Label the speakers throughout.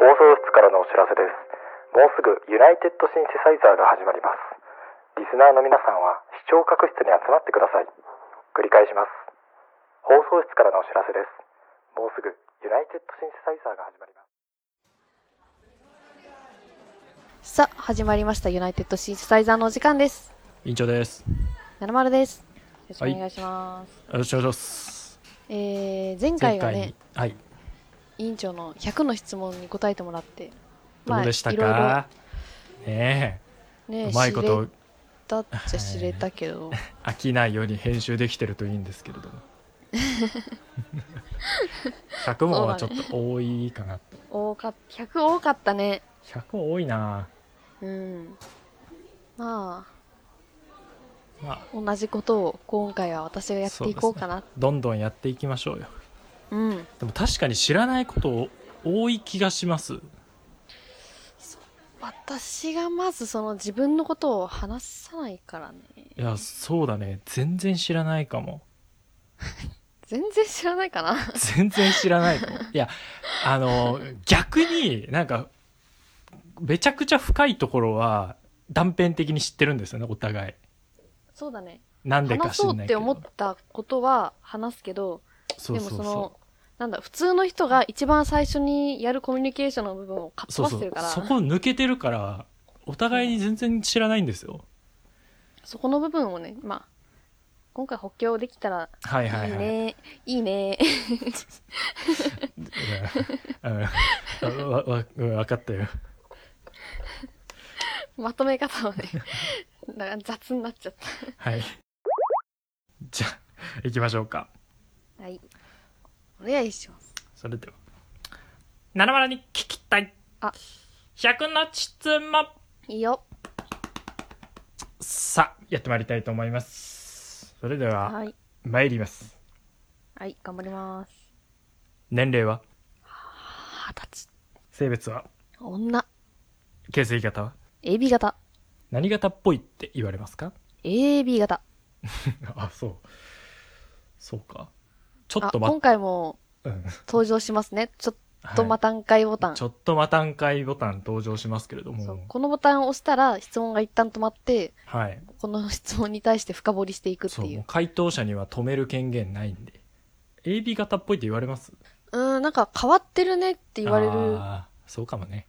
Speaker 1: 放送室からのお知らせですもうすぐユナイテッドシンセサイザーが始まりますリスナーの皆さんは視聴覚室に集まってください繰り返します放送室からのお知らせですもうすぐユナイテッドシンセサイザーが始まります
Speaker 2: さあ始まりましたユナイテッドシンセサイザーのお時間です
Speaker 3: 院長です。
Speaker 2: なるまるですよろしく
Speaker 3: はい
Speaker 2: お願いします、
Speaker 3: よろしくお願いします。
Speaker 2: えー前回はね
Speaker 3: に。はい。
Speaker 2: 委員長の100の質問に答えてもらって
Speaker 3: どうでした
Speaker 2: まあ
Speaker 3: か、ね
Speaker 2: いろい
Speaker 3: え。
Speaker 2: ろね
Speaker 3: うまいこと
Speaker 2: 知れたっちゃ知れたけ ど
Speaker 3: 飽きないように編集できてるといいんですけれど も。100問はちょっと多いかな。
Speaker 2: 多かっ100多かったね
Speaker 3: 100多いな。
Speaker 2: うんまあ
Speaker 3: まあ、
Speaker 2: 同じことを今回は私がやっていこうかなう,、
Speaker 3: どんどんやっていきましょうよ。
Speaker 2: ん
Speaker 3: でも確かに知らないこと多い気がします。
Speaker 2: 私がまずその自分のことを話さないからね
Speaker 3: いや、そうだね。全然知らないかも。
Speaker 2: 全然知らないかな
Speaker 3: 全然知らないのいやあの逆になんかめちゃくちゃ深いところは断片的に知ってるんですよねお互い
Speaker 2: そうだね
Speaker 3: なんでか
Speaker 2: 話
Speaker 3: 知
Speaker 2: そ
Speaker 3: ん
Speaker 2: う
Speaker 3: ない
Speaker 2: っ
Speaker 3: け
Speaker 2: て
Speaker 3: ど
Speaker 2: 思ったことは話すけど
Speaker 3: そうそ
Speaker 2: でも
Speaker 3: う
Speaker 2: そ
Speaker 3: そ
Speaker 2: のなんだ普通の人が一番最初にやるコミュニケーションの部分をかっ
Speaker 3: うそ
Speaker 2: 飛ばして
Speaker 3: うそう
Speaker 2: るから
Speaker 3: そ
Speaker 2: そ
Speaker 3: こ抜けてるからお互いに全然知らないんですよ
Speaker 2: この部分をねまあ今回補強できたら
Speaker 3: はい
Speaker 2: いいね、
Speaker 3: はい
Speaker 2: い
Speaker 3: はい
Speaker 2: いね
Speaker 3: うんうんわわうん分かったよ
Speaker 2: まとめ方をねなんか雑になっちゃっ
Speaker 3: はいじゃあ行きましょうか
Speaker 2: たはいお願いします
Speaker 3: それでは七丸に聞きたい
Speaker 2: あ
Speaker 3: 100の質問
Speaker 2: いいよ
Speaker 3: さあやってまいりたいと思いますそれでは
Speaker 2: はい
Speaker 3: 参ります
Speaker 2: はい頑張ります
Speaker 3: 年齢は
Speaker 2: 二十歳
Speaker 3: 性別は
Speaker 2: 女
Speaker 3: 血液型は
Speaker 2: AB 型
Speaker 3: 何型っぽいって言われますか
Speaker 2: AB 型
Speaker 3: あそうそうかちょ
Speaker 2: あ
Speaker 3: っと待っ
Speaker 2: 今回も
Speaker 3: うん
Speaker 2: 登場しますねちょっと
Speaker 3: は
Speaker 2: またんかいボタン、
Speaker 3: いちょっと待たんかいボタン登場しますけれど
Speaker 2: そう
Speaker 3: も
Speaker 2: このボタンを押したら質問が一旦止まって
Speaker 3: はい
Speaker 2: この質問に対して深掘りしていくって
Speaker 3: そう
Speaker 2: い
Speaker 3: もう
Speaker 2: う
Speaker 3: 回答者には止める権限ないんで AB 型っぽいって言われます
Speaker 2: うーんなんか変わってるねって言われる、
Speaker 3: あーそうかもね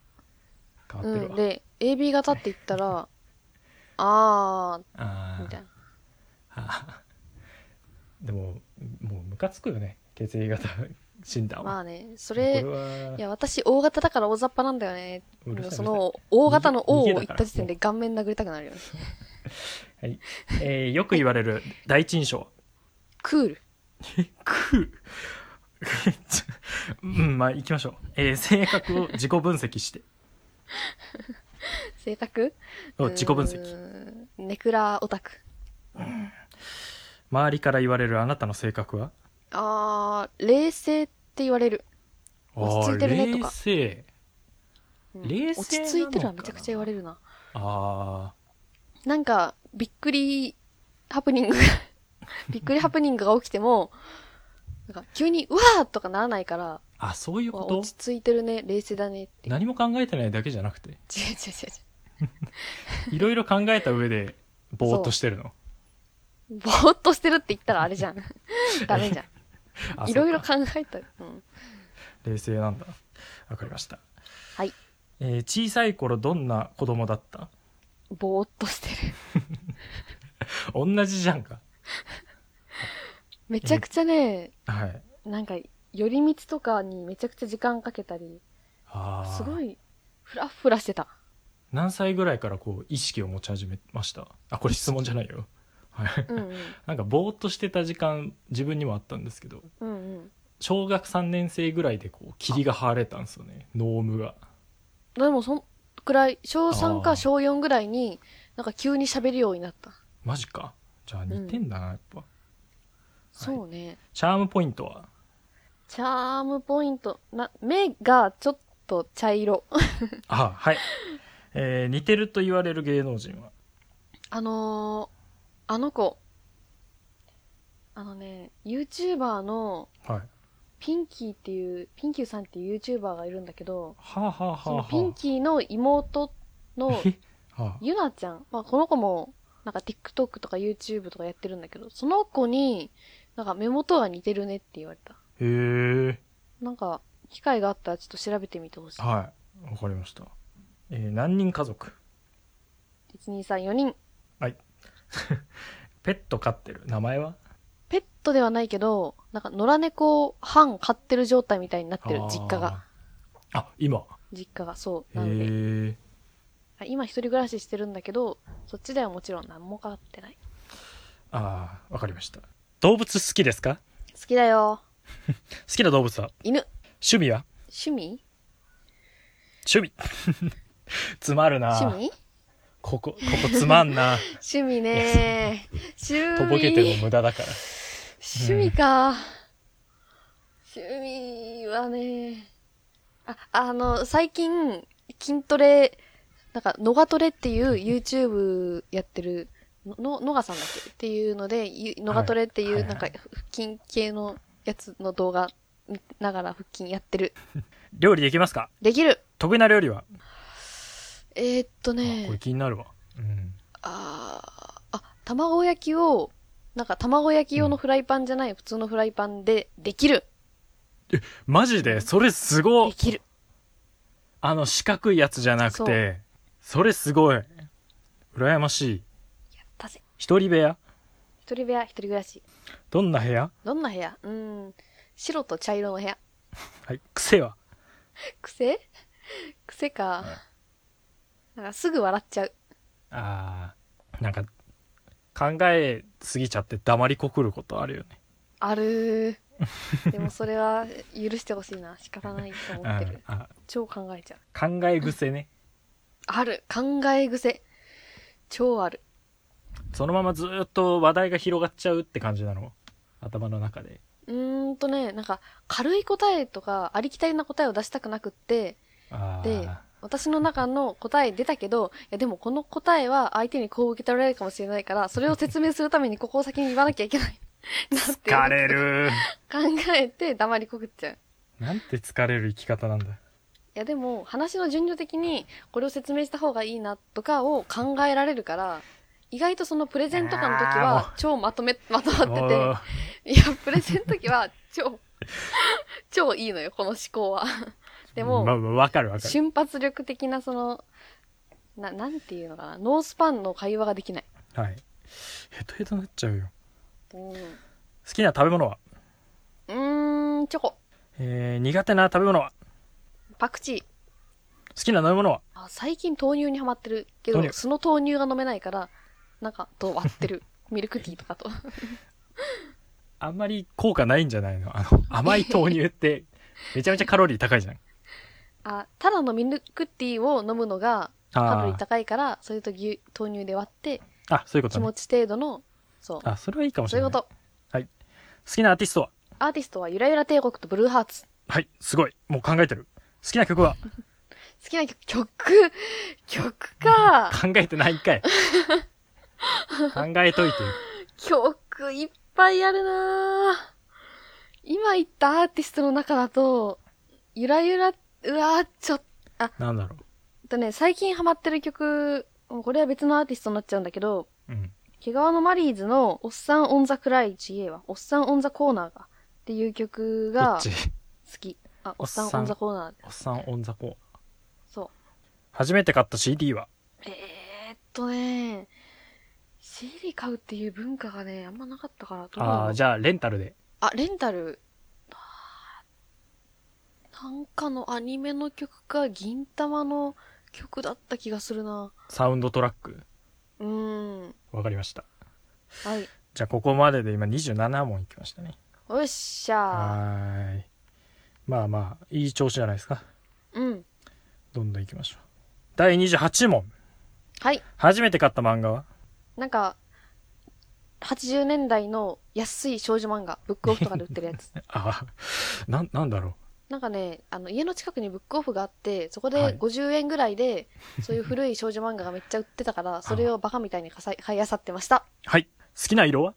Speaker 3: 変わってる
Speaker 2: うん、
Speaker 3: わ、
Speaker 2: で AB 型って言った らあ
Speaker 3: あ
Speaker 2: ー
Speaker 3: ー
Speaker 2: みたいな
Speaker 3: ああ でももうムカつくよね血液型診断は、
Speaker 2: まあねそ
Speaker 3: こ
Speaker 2: れ
Speaker 3: れはい
Speaker 2: や私 O 型だから大雑把なんだよね
Speaker 3: うるさいうるさい
Speaker 2: その O 型の O を
Speaker 3: 逃げ
Speaker 2: 言
Speaker 3: 逃げだ
Speaker 2: っ
Speaker 3: から
Speaker 2: た時点で顔面殴りたくなるよね
Speaker 3: はいえーよく言われる第一印象
Speaker 2: クール
Speaker 3: くうんまあ行きましょう、えー性格を自己分析して
Speaker 2: 性格
Speaker 3: お自己分析
Speaker 2: 析ネクラオタク
Speaker 3: 周りから言われるあなたの性格は
Speaker 2: あー冷静って言われる落ち着いてるねとか
Speaker 3: あー冷静
Speaker 2: うん
Speaker 3: 冷静
Speaker 2: 落ち着いてる
Speaker 3: なのか
Speaker 2: は
Speaker 3: な
Speaker 2: めちゃくちゃ言われるな
Speaker 3: あ
Speaker 2: なんか、びっくりハプニン グがびっくりハプニングが起きても、なんか急に、うわーとかならないから、
Speaker 3: ーあそういう
Speaker 2: わ
Speaker 3: こと
Speaker 2: 落ち着いてるね、冷静だねって。違う違う
Speaker 3: 何も考えてないだけじゃなくて
Speaker 2: 違う違
Speaker 3: いろいろ考えた上でぼーっとしてるの
Speaker 2: う。ぼーっとしてるって言ったらあれ じゃん。ダメじゃ
Speaker 3: あ
Speaker 2: ん。いろい
Speaker 3: そ
Speaker 2: ろ
Speaker 3: うか
Speaker 2: 考えた。うん。
Speaker 3: 冷静なんだわかりました
Speaker 2: はい、
Speaker 3: えー小さい頃どんな子供だった
Speaker 2: ぼーっとしてる。
Speaker 3: 同じじゃんか
Speaker 2: めちゃくちゃね、
Speaker 3: はい
Speaker 2: なんか、寄り道とかにめちゃくちゃ時間かけたり、
Speaker 3: あー
Speaker 2: すごい、ふらふらしてた。
Speaker 3: 何歳ぐらいからこう意識を持ち始めましたあこれ質問じゃないよはい
Speaker 2: うんうん。
Speaker 3: なんかぼーっとしてた時間自分にもあったんですけど
Speaker 2: うんうん。
Speaker 3: 小学3年生ぐらいでこう霧が晴れたんですよねノームが
Speaker 2: でもそんくらい、小3
Speaker 3: あ
Speaker 2: か
Speaker 3: ー
Speaker 2: 小4ぐらいに、なんか急に喋るようになった。
Speaker 3: マジかじゃあ似てんだな、やっぱ
Speaker 2: そうね。
Speaker 3: チャームポイントは
Speaker 2: チャームポイント。な、目がちょっと茶色。
Speaker 3: あはい、えー似てると言われる芸能人は
Speaker 2: あのー、あの子。あのね、YouTuber の
Speaker 3: はい
Speaker 2: ピンキーっていう、ピンキーさんっていう YouTuber がいるんだけど、
Speaker 3: はあ、はあは
Speaker 2: そ
Speaker 3: あ
Speaker 2: の
Speaker 3: はあ、
Speaker 2: ピンキーの妹の
Speaker 3: えは あ
Speaker 2: ゆなちゃん、まあ、この子も、なんか TikTok とか YouTube とかやってるんだけど、その子に、なんか目元が似てるねって言われた。
Speaker 3: へえ
Speaker 2: なんか、機会があったらちょっと調べてみてほしい。
Speaker 3: はいわかりました、えー何人家族
Speaker 2: 1、2、3、4人。
Speaker 3: ペット飼ってる名前は
Speaker 2: ペットではないけど、なんか野良猫を半飼ってる状態みたいになってる、実家が。
Speaker 3: あーあ今
Speaker 2: 実家が、そう。
Speaker 3: へ
Speaker 2: なので。
Speaker 3: え
Speaker 2: 今一人暮らししてるんだけど、そっちではもちろん何も飼ってない。
Speaker 3: ああわかりました動物好きですか
Speaker 2: 好きだよ。
Speaker 3: 好きな動物は
Speaker 2: 犬。
Speaker 3: 趣味は
Speaker 2: 趣味
Speaker 3: 趣味つまるな
Speaker 2: 趣味
Speaker 3: ここここつま んな
Speaker 2: 趣味ね ー。
Speaker 3: とぼ
Speaker 2: 趣
Speaker 3: けても
Speaker 2: 味。
Speaker 3: 無駄だから
Speaker 2: 趣味か。趣味はねあ、あの、最近、筋トレ、なんか、ノガトレっていう YouTube やってる、の、ののがさんだっけっていうので、ゆノガトレってい、
Speaker 3: はいうはい
Speaker 2: なんか、
Speaker 3: は
Speaker 2: 腹筋系のやつの動画見ながら腹筋やってる。
Speaker 3: 料理できますか
Speaker 2: できる
Speaker 3: 得意な料理は、
Speaker 2: えー、っと
Speaker 3: あこれ
Speaker 2: ね、
Speaker 3: 気になるわ、うん、
Speaker 2: あーあ、卵焼きを、なんか卵焼き用のフライパンじゃない、普通のフライパンでできる。
Speaker 3: マジでそれすご
Speaker 2: で
Speaker 3: い
Speaker 2: きる。
Speaker 3: あの四角いやつじゃなくてそれすごい羨ましい
Speaker 2: やったぜ。
Speaker 3: 一人部屋
Speaker 2: 一人部屋、一人暮らし。
Speaker 3: どんな部屋
Speaker 2: どんな部屋うーん。白と茶色の部屋。
Speaker 3: はい癖は
Speaker 2: 癖 癖か。なんかすぐ笑っちゃう。
Speaker 3: あーなんか考えすぎちゃって黙りこくることあるよね
Speaker 2: あるー。でもそれは許してほしいな。仕方ないと思ってる。
Speaker 3: あ
Speaker 2: 超考えちゃう。
Speaker 3: あ考え癖ね
Speaker 2: ある。考え癖。超ある。
Speaker 3: そのままずーっと話題が広がっちゃうって感じなの頭の中で
Speaker 2: うーんとね、なんか、軽い答えとか、ありきたりな答えを出したくなくって、
Speaker 3: あ
Speaker 2: で
Speaker 3: あ、
Speaker 2: 私の中の答え出たけど、いやでもこの答えは相手にこう受け取られるかもしれないから、それを説明するためにここを先に言わなきゃいけない。 なって
Speaker 3: 疲れる
Speaker 2: 考えて黙りこくっちゃう。い
Speaker 3: なんて疲れる生き方なんだ
Speaker 2: やでも、話の順序的にこれを説明した方がいいなとかを考えられるから、意外とそのプレゼンとかの時
Speaker 3: あーも
Speaker 2: は超まとめ、 まとまってて、
Speaker 3: おー
Speaker 2: いや、プレゼンの時は、超、 超いいのよ、この思考は。でも、
Speaker 3: まあまあわかるわかる
Speaker 2: 瞬発力的な、その、な、なんていうのかな、ノースパンの会話ができない。
Speaker 3: はいヘトヘトになっちゃうよ
Speaker 2: うん。う
Speaker 3: 好きな食べ物は、
Speaker 2: ーん、チョコ。
Speaker 3: えー、苦手な食べ物は
Speaker 2: パクチー。
Speaker 3: 好きな飲み物は
Speaker 2: あ、最近豆乳にハマってるけ
Speaker 3: 豆
Speaker 2: ど、
Speaker 3: 乳
Speaker 2: その豆乳が飲めないから、なんか、と割って る。ミルクティーとかと。
Speaker 3: あんまり効果ないんじゃないのあ の甘い豆乳ってめちゃめちゃカロリー高いじゃん
Speaker 2: あ、ただのミルクティーを飲むのが、カロリ
Speaker 3: あ
Speaker 2: ー高いから、それと牛、豆乳で割って、
Speaker 3: ーあそういうこ
Speaker 2: 気
Speaker 3: とね
Speaker 2: 持ち程度の、そう。
Speaker 3: あそれはいいかもし
Speaker 2: そう
Speaker 3: れ
Speaker 2: いう
Speaker 3: な
Speaker 2: こ
Speaker 3: い好
Speaker 2: と。
Speaker 3: きなアーティストは
Speaker 2: アーティストはゆらゆら帝国とブルーハーツ。
Speaker 3: はいすごいもう考えてる好きな曲は
Speaker 2: 好きな曲、曲、曲か。
Speaker 3: 考えてないん かい考えといてよ
Speaker 2: 曲いっぱいあるなぁ今言ったアーティストの中だと、ゆらゆら、うわぁ、ちょっ
Speaker 3: なんだろ
Speaker 2: とね、最近ハマってる曲、もうこれは別のアーティストになっちゃうんだけど、
Speaker 3: ううん
Speaker 2: 毛皮のマリーズの、おっさんオンザクライチえは、おっさんオンザコーナーが、っていう曲
Speaker 3: ど
Speaker 2: が
Speaker 3: っち
Speaker 2: 好き。あ、お
Speaker 3: おっ
Speaker 2: っ
Speaker 3: さ
Speaker 2: さん
Speaker 3: ん
Speaker 2: オンザコーナー。
Speaker 3: おっさんオンザコ
Speaker 2: そう。
Speaker 3: 初めて買った CD は
Speaker 2: えー、っとね、CD 買うっていう文化がね、あんまなかったから、どう
Speaker 3: ああーじゃあレンタルで
Speaker 2: あ、レンタル。あーなんかのアニメの曲か、銀玉の曲だった気がするな。
Speaker 3: サウンドトラック
Speaker 2: うーん。
Speaker 3: わかりました
Speaker 2: はい。
Speaker 3: じゃあここまでで今27問いきましたね
Speaker 2: よっしゃ
Speaker 3: はーいまあまあいい調子じゃないですか
Speaker 2: ー。うん。
Speaker 3: どんどんいきましょう第28問
Speaker 2: はい。
Speaker 3: 初めて買った漫画は
Speaker 2: なんか、80年代の安い少女漫画、ブックオフとかで売ってるや つ。
Speaker 3: ああなんなんだろう
Speaker 2: なんかね、あの、家の近くにブックオフがあって、そこ
Speaker 3: はい
Speaker 2: で50円ぐらいで、そういう古い少女漫画がめっちゃ売ってたから、それをバカみたいに買い買い漁ってました。
Speaker 3: はい好きな色は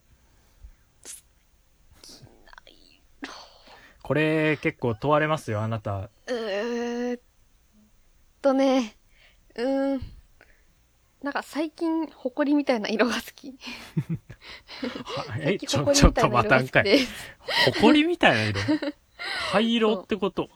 Speaker 3: これ結構問われますよ、あなた。
Speaker 2: うーっとね、うーん。なんか最近、ホコリみたいな色が好き。
Speaker 3: はえ、
Speaker 2: 最近
Speaker 3: ち
Speaker 2: ホ
Speaker 3: ょ、
Speaker 2: コリ
Speaker 3: ちょっ
Speaker 2: みた
Speaker 3: と
Speaker 2: いな色
Speaker 3: 待た
Speaker 2: が
Speaker 3: ん
Speaker 2: 好き
Speaker 3: かい。
Speaker 2: です。
Speaker 3: 埃みたいな色灰色ってこと。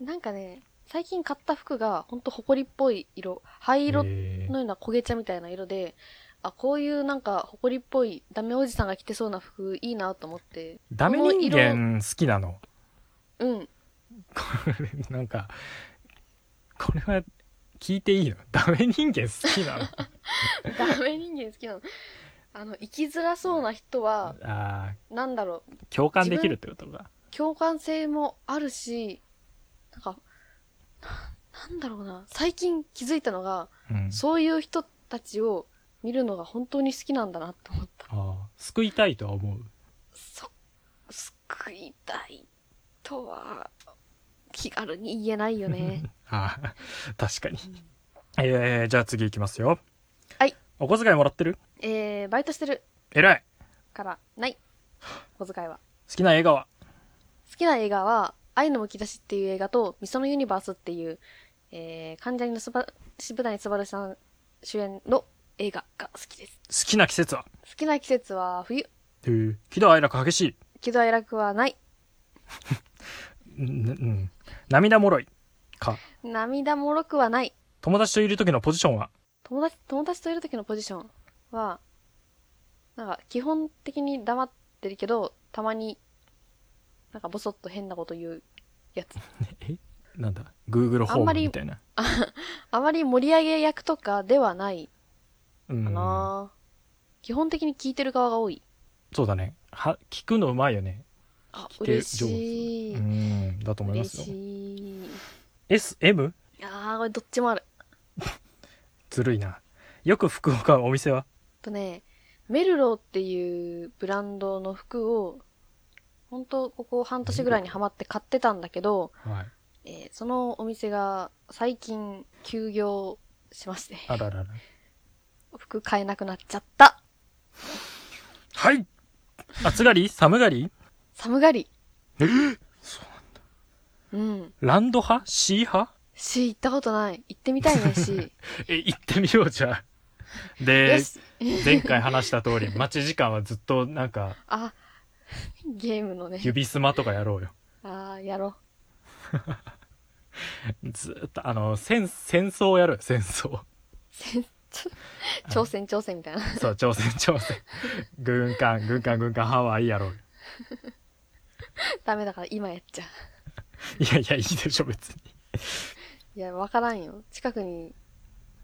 Speaker 2: なんかね、最近買った服が、ほんとホコリっぽい色。灰色
Speaker 3: えー
Speaker 2: のような焦げ茶みたいな色で、あ、こういうなんかホコリっぽいダメおじさんが着てそうな服いいなと思って。
Speaker 3: ダメ人間好きなの。
Speaker 2: うん。
Speaker 3: これ、なんか、これは聞いていいのダメ人間好き なの
Speaker 2: ダメ人間好きなの。あの、生きづらそうな人は、
Speaker 3: あ
Speaker 2: なんだろう、
Speaker 3: ー共感できるってことか。
Speaker 2: 共感性もあるし、なんか、ななんだろうな。最近気づいたのが、
Speaker 3: うん。
Speaker 2: そういう人たちを見るのが本当に好きなんだなって思った。
Speaker 3: あー救いたいとは思う。
Speaker 2: そ、救いたいとは、気軽に言えないよ ね。
Speaker 3: あー確かに。えー、じゃあ次行きますよ。
Speaker 2: はい。
Speaker 3: お小遣いもらってる
Speaker 2: えー、バイトしてる
Speaker 3: 偉い。
Speaker 2: から、ない。お小遣いは。
Speaker 3: 好きな映画は
Speaker 2: 好きな映画は、愛のむき出しっていう映画と、ミソのユニバースっていう、えー、関ジャニのすば、渋谷すばるさん主演の映画が好きです。
Speaker 3: 好きな季節は
Speaker 2: 好きな季節は冬。
Speaker 3: へー喜怒哀楽激しい。
Speaker 2: 喜怒哀楽はない。
Speaker 3: うん、うん。涙もろい。か。
Speaker 2: 涙もろくはない。
Speaker 3: 友達といる時のポジションは
Speaker 2: 友達、友達といる時のポジションは、なんか、基本的に黙ってるけど、たまに、なんか、ボソッと変なこと言うやつ。
Speaker 3: えなんだ ?Google
Speaker 2: あ
Speaker 3: ホ
Speaker 2: んま
Speaker 3: ーム
Speaker 2: り
Speaker 3: みたいな。
Speaker 2: あまり盛り上げ役とかではない
Speaker 3: うん
Speaker 2: かな、基本的に聞いてる側が多い。
Speaker 3: そうだね。は、聞くのうまいよね。
Speaker 2: あ、
Speaker 3: 聞ける
Speaker 2: 嬉し
Speaker 3: う
Speaker 2: い。
Speaker 3: ん、だと思いま
Speaker 2: 嬉
Speaker 3: す
Speaker 2: し
Speaker 3: よ。
Speaker 2: い。
Speaker 3: S、M?
Speaker 2: あー、これどっちもある。
Speaker 3: ずるいな。よく福岡のお店は
Speaker 2: とね、メルローっていうブランドの服を、ほんと、ここ半年ぐらいにハマって買ってたんだけど、
Speaker 3: はい。
Speaker 2: えーそのお店が最近休業しまして、
Speaker 3: あららら。
Speaker 2: 服買えなくなっちゃった。
Speaker 3: はい暑がり寒がり
Speaker 2: 寒がり。
Speaker 3: そう
Speaker 2: うん。
Speaker 3: ランド派 ?C 派
Speaker 2: C 行ったことない。行ってみたい ね、C。
Speaker 3: え、行ってみようじゃあ。
Speaker 2: よ
Speaker 3: で、
Speaker 2: し。
Speaker 3: 前回話した通 り、待ち時間はずっとなんか、
Speaker 2: あ、ゲームのね。
Speaker 3: 指スマとかやろうよ。
Speaker 2: あー、やろ
Speaker 3: ずーっと、あの、戦、戦争をやる戦争。
Speaker 2: う。挑戦挑戦みたいな。
Speaker 3: そう、朝鮮、朝鮮。軍艦、軍艦、軍艦、ハワイやろうよ。
Speaker 2: ダメだから今やっちゃ
Speaker 3: いやいや、いいでしょ、別に。
Speaker 2: う。いや、わからんよ。近くに、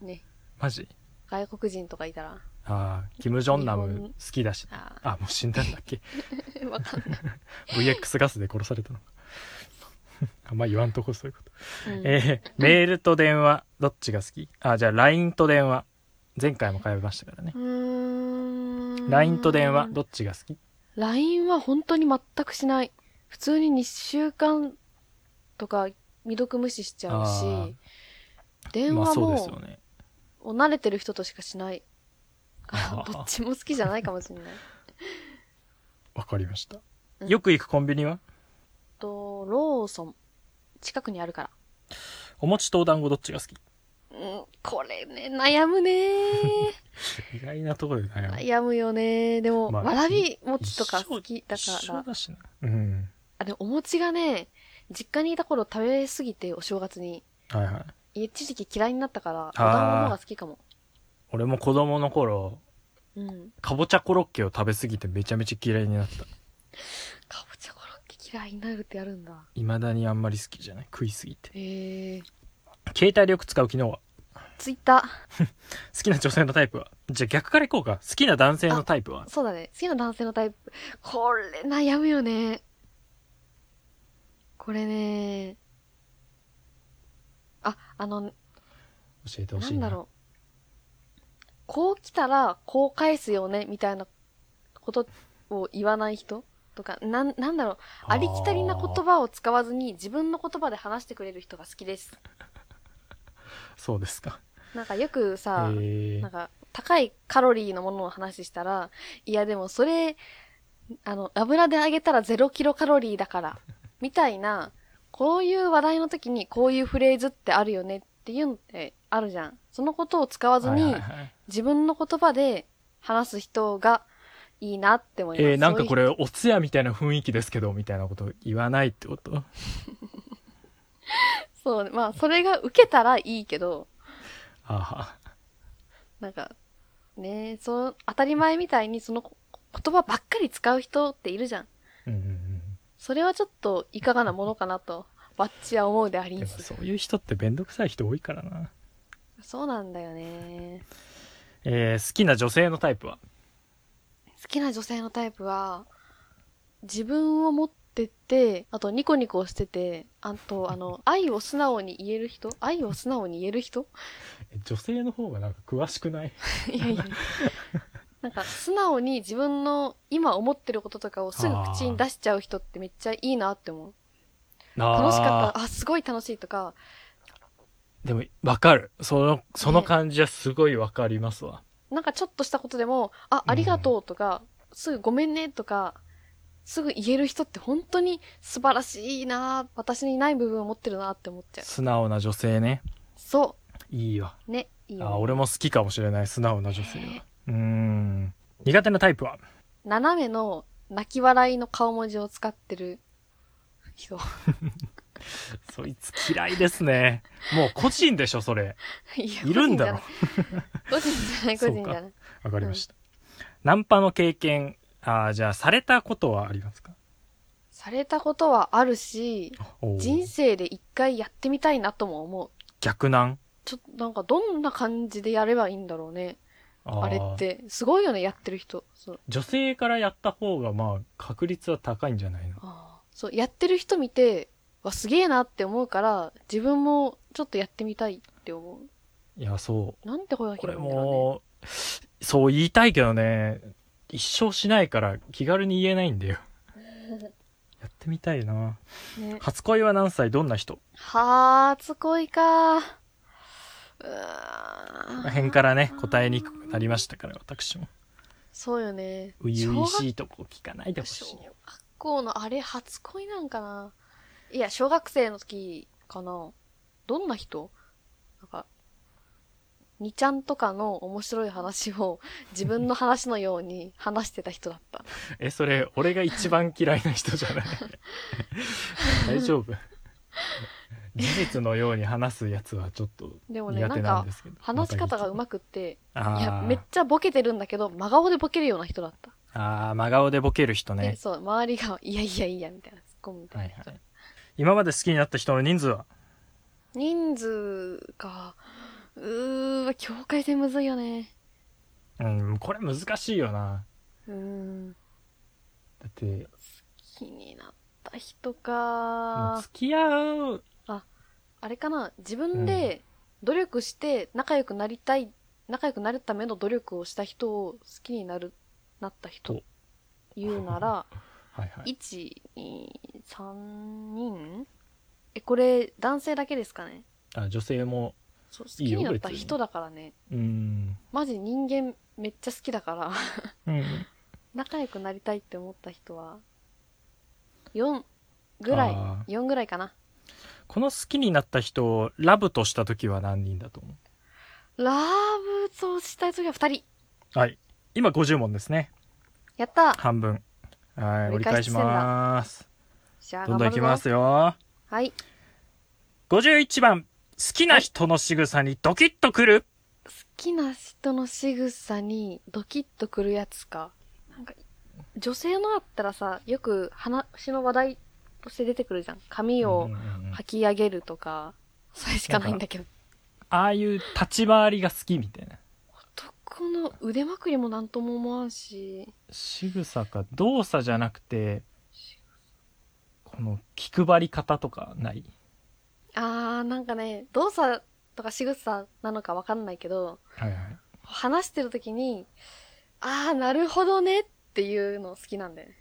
Speaker 2: ね、
Speaker 3: マジ
Speaker 2: 外国人とかいたら。
Speaker 3: ああ、キム・ジョンナム好きだし。
Speaker 2: あ
Speaker 3: あ、もう死んだんだっけ
Speaker 2: ー、 わかんない。
Speaker 3: ?VX ガスで殺されたのか。 あんま言わんとこ、そういうこと。
Speaker 2: うん
Speaker 3: えー、メールと電話、どっちが好きあ、じゃあ LINE と電話。前回も通いましたからね。
Speaker 2: うーん。
Speaker 3: LINE と電話、どっちが好き
Speaker 2: LINE は本当に全くしない。普通に2週間とか未読無視しちゃう
Speaker 3: あ
Speaker 2: し、電
Speaker 3: まあ
Speaker 2: 話
Speaker 3: そうです
Speaker 2: も
Speaker 3: よね。
Speaker 2: お慣れてる人としかし ない。
Speaker 3: あー
Speaker 2: どっちも好きじゃないかもしれない。
Speaker 3: わかりました。
Speaker 2: うん
Speaker 3: よく行くコンビニは
Speaker 2: と、ローソン。近くにあるから。
Speaker 3: お餅とお団子どっちが好き
Speaker 2: うん、これね、悩むねー。
Speaker 3: 意外なところで 悩む。
Speaker 2: 悩むよねー。でも、
Speaker 3: まあ
Speaker 2: わらび餅とか好きだ
Speaker 3: 一
Speaker 2: か
Speaker 3: 緒
Speaker 2: ら。
Speaker 3: だしな。うん。
Speaker 2: あ、でもお餅がね、実家にいた頃食べすぎて、お正月に。
Speaker 3: はいはい。
Speaker 2: 一時期嫌いになったから、お
Speaker 3: ー
Speaker 2: 団子の方が好きかも。
Speaker 3: 俺も子供の頃、
Speaker 2: うん。
Speaker 3: かぼちゃコロッケを食べ過ぎてめちゃめちゃ嫌いになった。
Speaker 2: かぼちゃコロッケ嫌いになるってあるんだ。
Speaker 3: 未だにあんまり好きじゃない。食いすぎて。
Speaker 2: えー、
Speaker 3: 携帯でよく使う機能は
Speaker 2: ツイッタ
Speaker 3: 好きな女性のタイプはじゃあ逆からいこうか。好きな男性のタイプは
Speaker 2: ー。そうだね。次の男性のタイプ。これ悩むよね。これね。あ、あの、
Speaker 3: 教えてほ
Speaker 2: な
Speaker 3: しい
Speaker 2: ん
Speaker 3: な。
Speaker 2: だろう。こう来たら、こう返すよね、みたいなことを言わない人とか、なん、なんだろう。
Speaker 3: あー
Speaker 2: ありきたりな言葉を使わずに自分の言葉で話してくれる人が好きです。
Speaker 3: そうですか。
Speaker 2: なんかよく
Speaker 3: へ
Speaker 2: さ、
Speaker 3: え
Speaker 2: なんか高いカロリーのものの話したら、いやでもそれ、あの、油で揚げたら0キロカロリーだから、みたいな、こういう話題の時にこういうフレーズってあるよねっていうのってあるじゃん。そのことを使わず
Speaker 3: はい
Speaker 2: に
Speaker 3: はい、はい
Speaker 2: 自分の言葉で話す人がいいなって思います。
Speaker 3: えーなんかこ
Speaker 2: そういう
Speaker 3: れ、お通夜みたいな雰囲気ですけど、みたいなこと言わないっ てこと
Speaker 2: そう、まあ、それが受けたらいいけど、
Speaker 3: ああ。
Speaker 2: なんか、ねえ、そう、当たり前みたいにそのこ言葉ばっかり使う人っているじゃん。
Speaker 3: うんうんうん。
Speaker 2: それはちょっといかがなものかなと、バッチは思うであり
Speaker 3: で
Speaker 2: ん
Speaker 3: も
Speaker 2: す
Speaker 3: そ。ういう人ってめんどくさい人多いからな。
Speaker 2: そうなんだよね。
Speaker 3: えー好きな女性のタイプは
Speaker 2: 好きな女性のタイプは、自分を持ってて、あとニコニコしてて、あと、あの、愛を素直に言える人愛を素直に言える人
Speaker 3: え女性の方がなんか詳しくない
Speaker 2: いやいや。なんか、素直に自分の今思ってることとかをすぐ口に出しちゃう人ってめっちゃいいなって思う。 楽しかった。あ、すごい楽しいとか、
Speaker 3: た。でも、わかる。その、その感じはすごいわかりますわ。
Speaker 2: なんかちょっとしたことでも、あ、ありがとうとか、すぐごめんねとか、すぐ言える人って本当に素晴らしいな私にない部分を持ってるなって思っちゃう。
Speaker 3: 素直な女性ね。
Speaker 2: そ
Speaker 3: いいわ。
Speaker 2: う。ね。いいよね
Speaker 3: あ、俺も好きかもしれない。素直な女性
Speaker 2: ね
Speaker 3: は。うーん。苦手なタイプは
Speaker 2: 斜めの泣き笑いの顔文字を使ってる人。
Speaker 3: そいつ嫌いですね。もう個人でしょ、それ。
Speaker 2: いや
Speaker 3: いるんだろ。
Speaker 2: 個人じゃない、 個人じゃない。
Speaker 3: わかりました。ナンパの経験、あーじゃあ、されたことはありますか
Speaker 2: されたことはあるし、
Speaker 3: おー
Speaker 2: 人生で一回やってみたいなとも思う。
Speaker 3: 逆なん
Speaker 2: ちょっとなんかどんな感じでやればいいんだろうね。
Speaker 3: あー
Speaker 2: あれって。すごいよね、やってる人。そう。
Speaker 3: 女性からやった方が、まあ、確率は高いんじゃないの
Speaker 2: あーそう、やってる人見て、わ、すげえなって思うから、自分もちょっとやってみたいって思。
Speaker 3: いや、そう
Speaker 2: なんて声が
Speaker 3: う。こ
Speaker 2: 聞
Speaker 3: れ
Speaker 2: くんだろ
Speaker 3: もう、そう言いたいけどね、一生しないから気軽に言えない んだよ。やってみたいな。
Speaker 2: うね。ね
Speaker 3: 初恋は何歳どんな人
Speaker 2: 初恋か。うーん
Speaker 3: この辺からね、答えにくくなりましたから、私も。
Speaker 2: そうよね。
Speaker 3: 初々し
Speaker 2: い。
Speaker 3: いとこ聞かないでほし
Speaker 2: 小
Speaker 3: いよ。
Speaker 2: 学校のあれ、初恋なんかな。いや、小学生の時かな。どんな人なんか、にちゃんとかの面白い話を自分の話のように話してた人だった。
Speaker 3: え、それ、俺が一番嫌いな人じゃない 大丈夫事実のように話すやつはちょっと
Speaker 2: でもね
Speaker 3: 苦手なんですけど。
Speaker 2: 話し方が上手くって、いや
Speaker 3: あ、
Speaker 2: めっちゃボケてるんだけど、真顔でボケるような人だった。
Speaker 3: あーあー、真顔でボケる人
Speaker 2: で
Speaker 3: ね。
Speaker 2: そう、周りが、いやいやいや、みたいな、突っ込むみた
Speaker 3: はいい
Speaker 2: な
Speaker 3: は
Speaker 2: 人。
Speaker 3: い。今まで好きになった人の人数は
Speaker 2: 人数か。うーわ、境界線むずいよね。
Speaker 3: うん、これ難しいよな。
Speaker 2: うーん。
Speaker 3: だって、
Speaker 2: 気になった人
Speaker 3: もう
Speaker 2: か。
Speaker 3: 付き合う、
Speaker 2: あれかな、自分で努力して仲良くなりたい、仲良くなるための努力をした人を好きになる、なった人
Speaker 3: お。
Speaker 2: 言うなら、
Speaker 3: はいはい。
Speaker 2: 1、2、3人え、これ、男性だけですかね
Speaker 3: あ女性も、
Speaker 2: そう、好き
Speaker 3: いいよ
Speaker 2: になった人だからね。
Speaker 3: うん、
Speaker 2: マジ人間めっちゃ好きだから。
Speaker 3: うん。
Speaker 2: 仲良くなりたいって思った人は、4ぐらい
Speaker 3: あ、
Speaker 2: 4ぐらいかな。
Speaker 3: この好きになった人をラブとした時は何人だと思
Speaker 2: ラブとしたい時は2人。
Speaker 3: うはい。今50問ですね。
Speaker 2: やった
Speaker 3: 半分。はい、折
Speaker 2: 折
Speaker 3: り
Speaker 2: り
Speaker 3: 返
Speaker 2: 返
Speaker 3: し
Speaker 2: し
Speaker 3: ます。
Speaker 2: じゃあ
Speaker 3: ど
Speaker 2: 頑
Speaker 3: んど
Speaker 2: 張
Speaker 3: ん
Speaker 2: る
Speaker 3: い
Speaker 2: ぞ
Speaker 3: きますよ。
Speaker 2: はい。
Speaker 3: 51番、好きな人の仕草にドキッとくる。
Speaker 2: 好きな人の仕草にドキッとくるやつか。なんか、女性のだったらさ、よく話の話題として出てくるじゃん。髪を
Speaker 3: うんうんうん
Speaker 2: 吐き上げるとか、それしかないんだけど。
Speaker 3: ああいう立ち回りが好きみたいな。
Speaker 2: 男の腕まくりもなんとも思わんし、
Speaker 3: 仕草か、動作じゃなくて、この気配り方とかない
Speaker 2: あー、なんかね、動作とか仕草なのかわかんないけど、
Speaker 3: はいはい。
Speaker 2: 話してる時に、あー、なるほどねっていうの好きなんだ よね。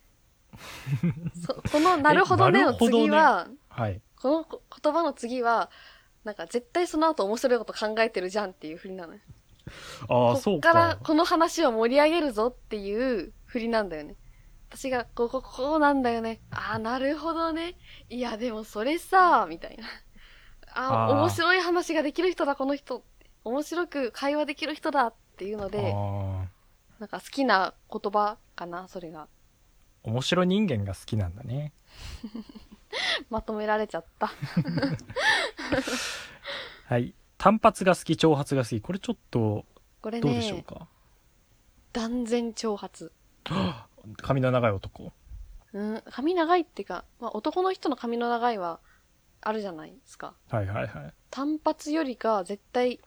Speaker 2: そこのなるほどねの次は、
Speaker 3: はい。
Speaker 2: このこ言葉の次は、なんか絶対その後面白いこと考えてるじゃんっていう振りなのよ。
Speaker 3: ああ、
Speaker 2: こ
Speaker 3: そ
Speaker 2: っ
Speaker 3: う
Speaker 2: から
Speaker 3: か。
Speaker 2: この話を盛り上げるぞっていう振りなんだよね。私が、ここ、こうなんだよね。ああ、なるほどね。いや、でもそれさ、みたいな。あ
Speaker 3: あ
Speaker 2: あ、
Speaker 3: ー
Speaker 2: 面白い話ができる人だ、この人。面白く会話できる人だっていうの
Speaker 3: あ
Speaker 2: で、
Speaker 3: ー
Speaker 2: なんか好きな言葉かな、それが。
Speaker 3: 面白人間が好きなんだね。
Speaker 2: まとめられちゃった。
Speaker 3: はい。単発が好き、長髪が好き。これちょっと、
Speaker 2: これ
Speaker 3: どうでしょう
Speaker 2: ね、
Speaker 3: か。
Speaker 2: 断然挑発。
Speaker 3: 髪の長い男。
Speaker 2: うん、髪長いっていうか、まあ、男の人の髪の長いは、あるじゃないですか。
Speaker 3: はいはいはい。
Speaker 2: 単発よりか、絶対、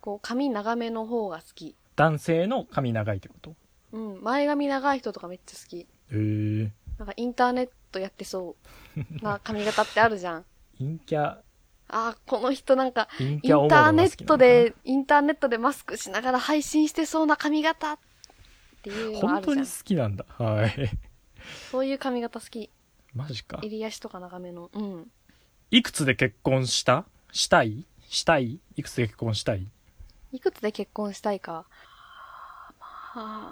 Speaker 2: こう、髪長めの方が好き。
Speaker 3: 男性の髪長いってこと
Speaker 2: うん、前髪長い人とかめっちゃ好き。
Speaker 3: へえ。
Speaker 2: なんかインターネットやってそうな髪型ってあるじゃん。
Speaker 3: 陰キャ、
Speaker 2: ああ、この人なんか、
Speaker 3: 陰
Speaker 2: イ
Speaker 3: キャ
Speaker 2: ン
Speaker 3: オモロ
Speaker 2: ター
Speaker 3: が好きな
Speaker 2: ネ
Speaker 3: の
Speaker 2: ットで、インターネットでマスクしながら配信してそうな髪型っていうのあ
Speaker 3: 本
Speaker 2: る
Speaker 3: 当
Speaker 2: じゃ
Speaker 3: に
Speaker 2: ん
Speaker 3: 好。きなんだ。はい。
Speaker 2: そういう髪型好き。
Speaker 3: マジか。
Speaker 2: 襟足とか長めの。うん。
Speaker 3: いくつで結婚したしたいしたいいくつで結婚したい
Speaker 2: いくつで結婚したいか。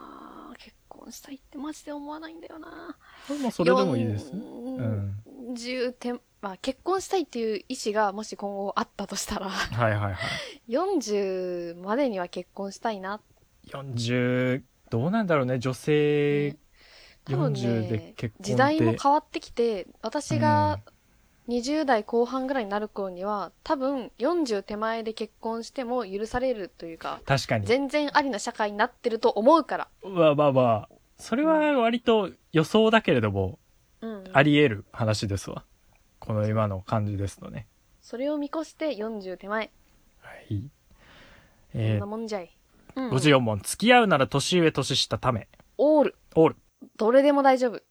Speaker 2: まあ、結婚したいってマジで思わないんだよな。
Speaker 3: これもそれでもいいです。
Speaker 2: うん。10点、まあ結婚したいっていう意思がもし今後あったとしたら。
Speaker 3: はいはいはい。
Speaker 2: 40までには結婚したいな。
Speaker 3: 40、どうなんだろうね。女性
Speaker 2: 多分ね
Speaker 3: 40で結婚って
Speaker 2: 時代も変わってきて、私が20代後半ぐらいになる頃には、多分40手前で結婚しても許されるというか、
Speaker 3: 確かに。
Speaker 2: 全然ありな社会になってると思うから。
Speaker 3: まあまあまあ。それは割と予想だけれども、
Speaker 2: うん。
Speaker 3: あり得る話ですわ。この今の感じですとね。
Speaker 2: それを見越して40手前。
Speaker 3: はい。
Speaker 2: こん
Speaker 3: え
Speaker 2: なもんじゃい。うん
Speaker 3: ー、54問。付き合うなら年上年下ため。
Speaker 2: オール。
Speaker 3: オール。
Speaker 2: どれでも大丈夫。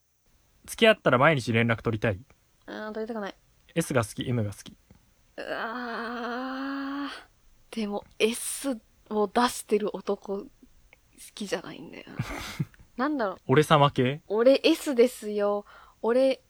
Speaker 3: 付き合ったら毎日連絡取りたい。
Speaker 2: うん、取りたくない。
Speaker 3: S が好き、M が好き。
Speaker 2: うわーでも S を出してる男好きじゃないんだよ な。なんだろう。
Speaker 3: 俺様系
Speaker 2: 俺 S ですよ。俺、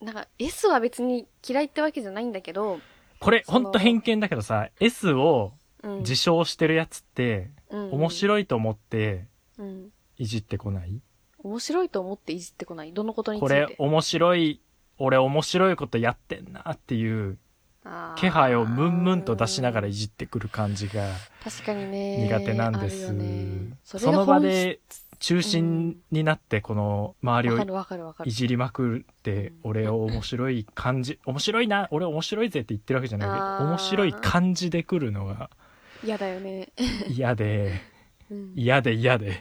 Speaker 2: なんか S は別に嫌いってわけじゃないんだけど、
Speaker 3: これ、
Speaker 2: そ
Speaker 3: ほ
Speaker 2: の
Speaker 3: んと偏見だけどさ、S を
Speaker 2: うん。
Speaker 3: 自称してるやつって、
Speaker 2: うん、
Speaker 3: 面白いと思って
Speaker 2: い。うん。
Speaker 3: いじってこない
Speaker 2: 面白いと思っていじってこない。どのことについ
Speaker 3: こ
Speaker 2: て。
Speaker 3: れ、面白い、俺面白いことやってんなっていう
Speaker 2: あー
Speaker 3: 気配をムンムンと出しながらいじってくる感じが
Speaker 2: 確かにね。
Speaker 3: 苦手なんです。
Speaker 2: あるよねそれ
Speaker 3: そ
Speaker 2: が
Speaker 3: の
Speaker 2: 本
Speaker 3: 場
Speaker 2: 質
Speaker 3: で中心になってこの周り
Speaker 2: わ
Speaker 3: を
Speaker 2: かるわかるわかる
Speaker 3: い。じりまくって、
Speaker 2: うん
Speaker 3: 俺を面白い感じ、面白いな、俺面白いぜって言ってるわけじゃないけ
Speaker 2: あ
Speaker 3: ど、
Speaker 2: ー
Speaker 3: 面白い感じで来るのが
Speaker 2: 嫌だよね。
Speaker 3: 嫌で、
Speaker 2: うん
Speaker 3: 嫌で嫌で。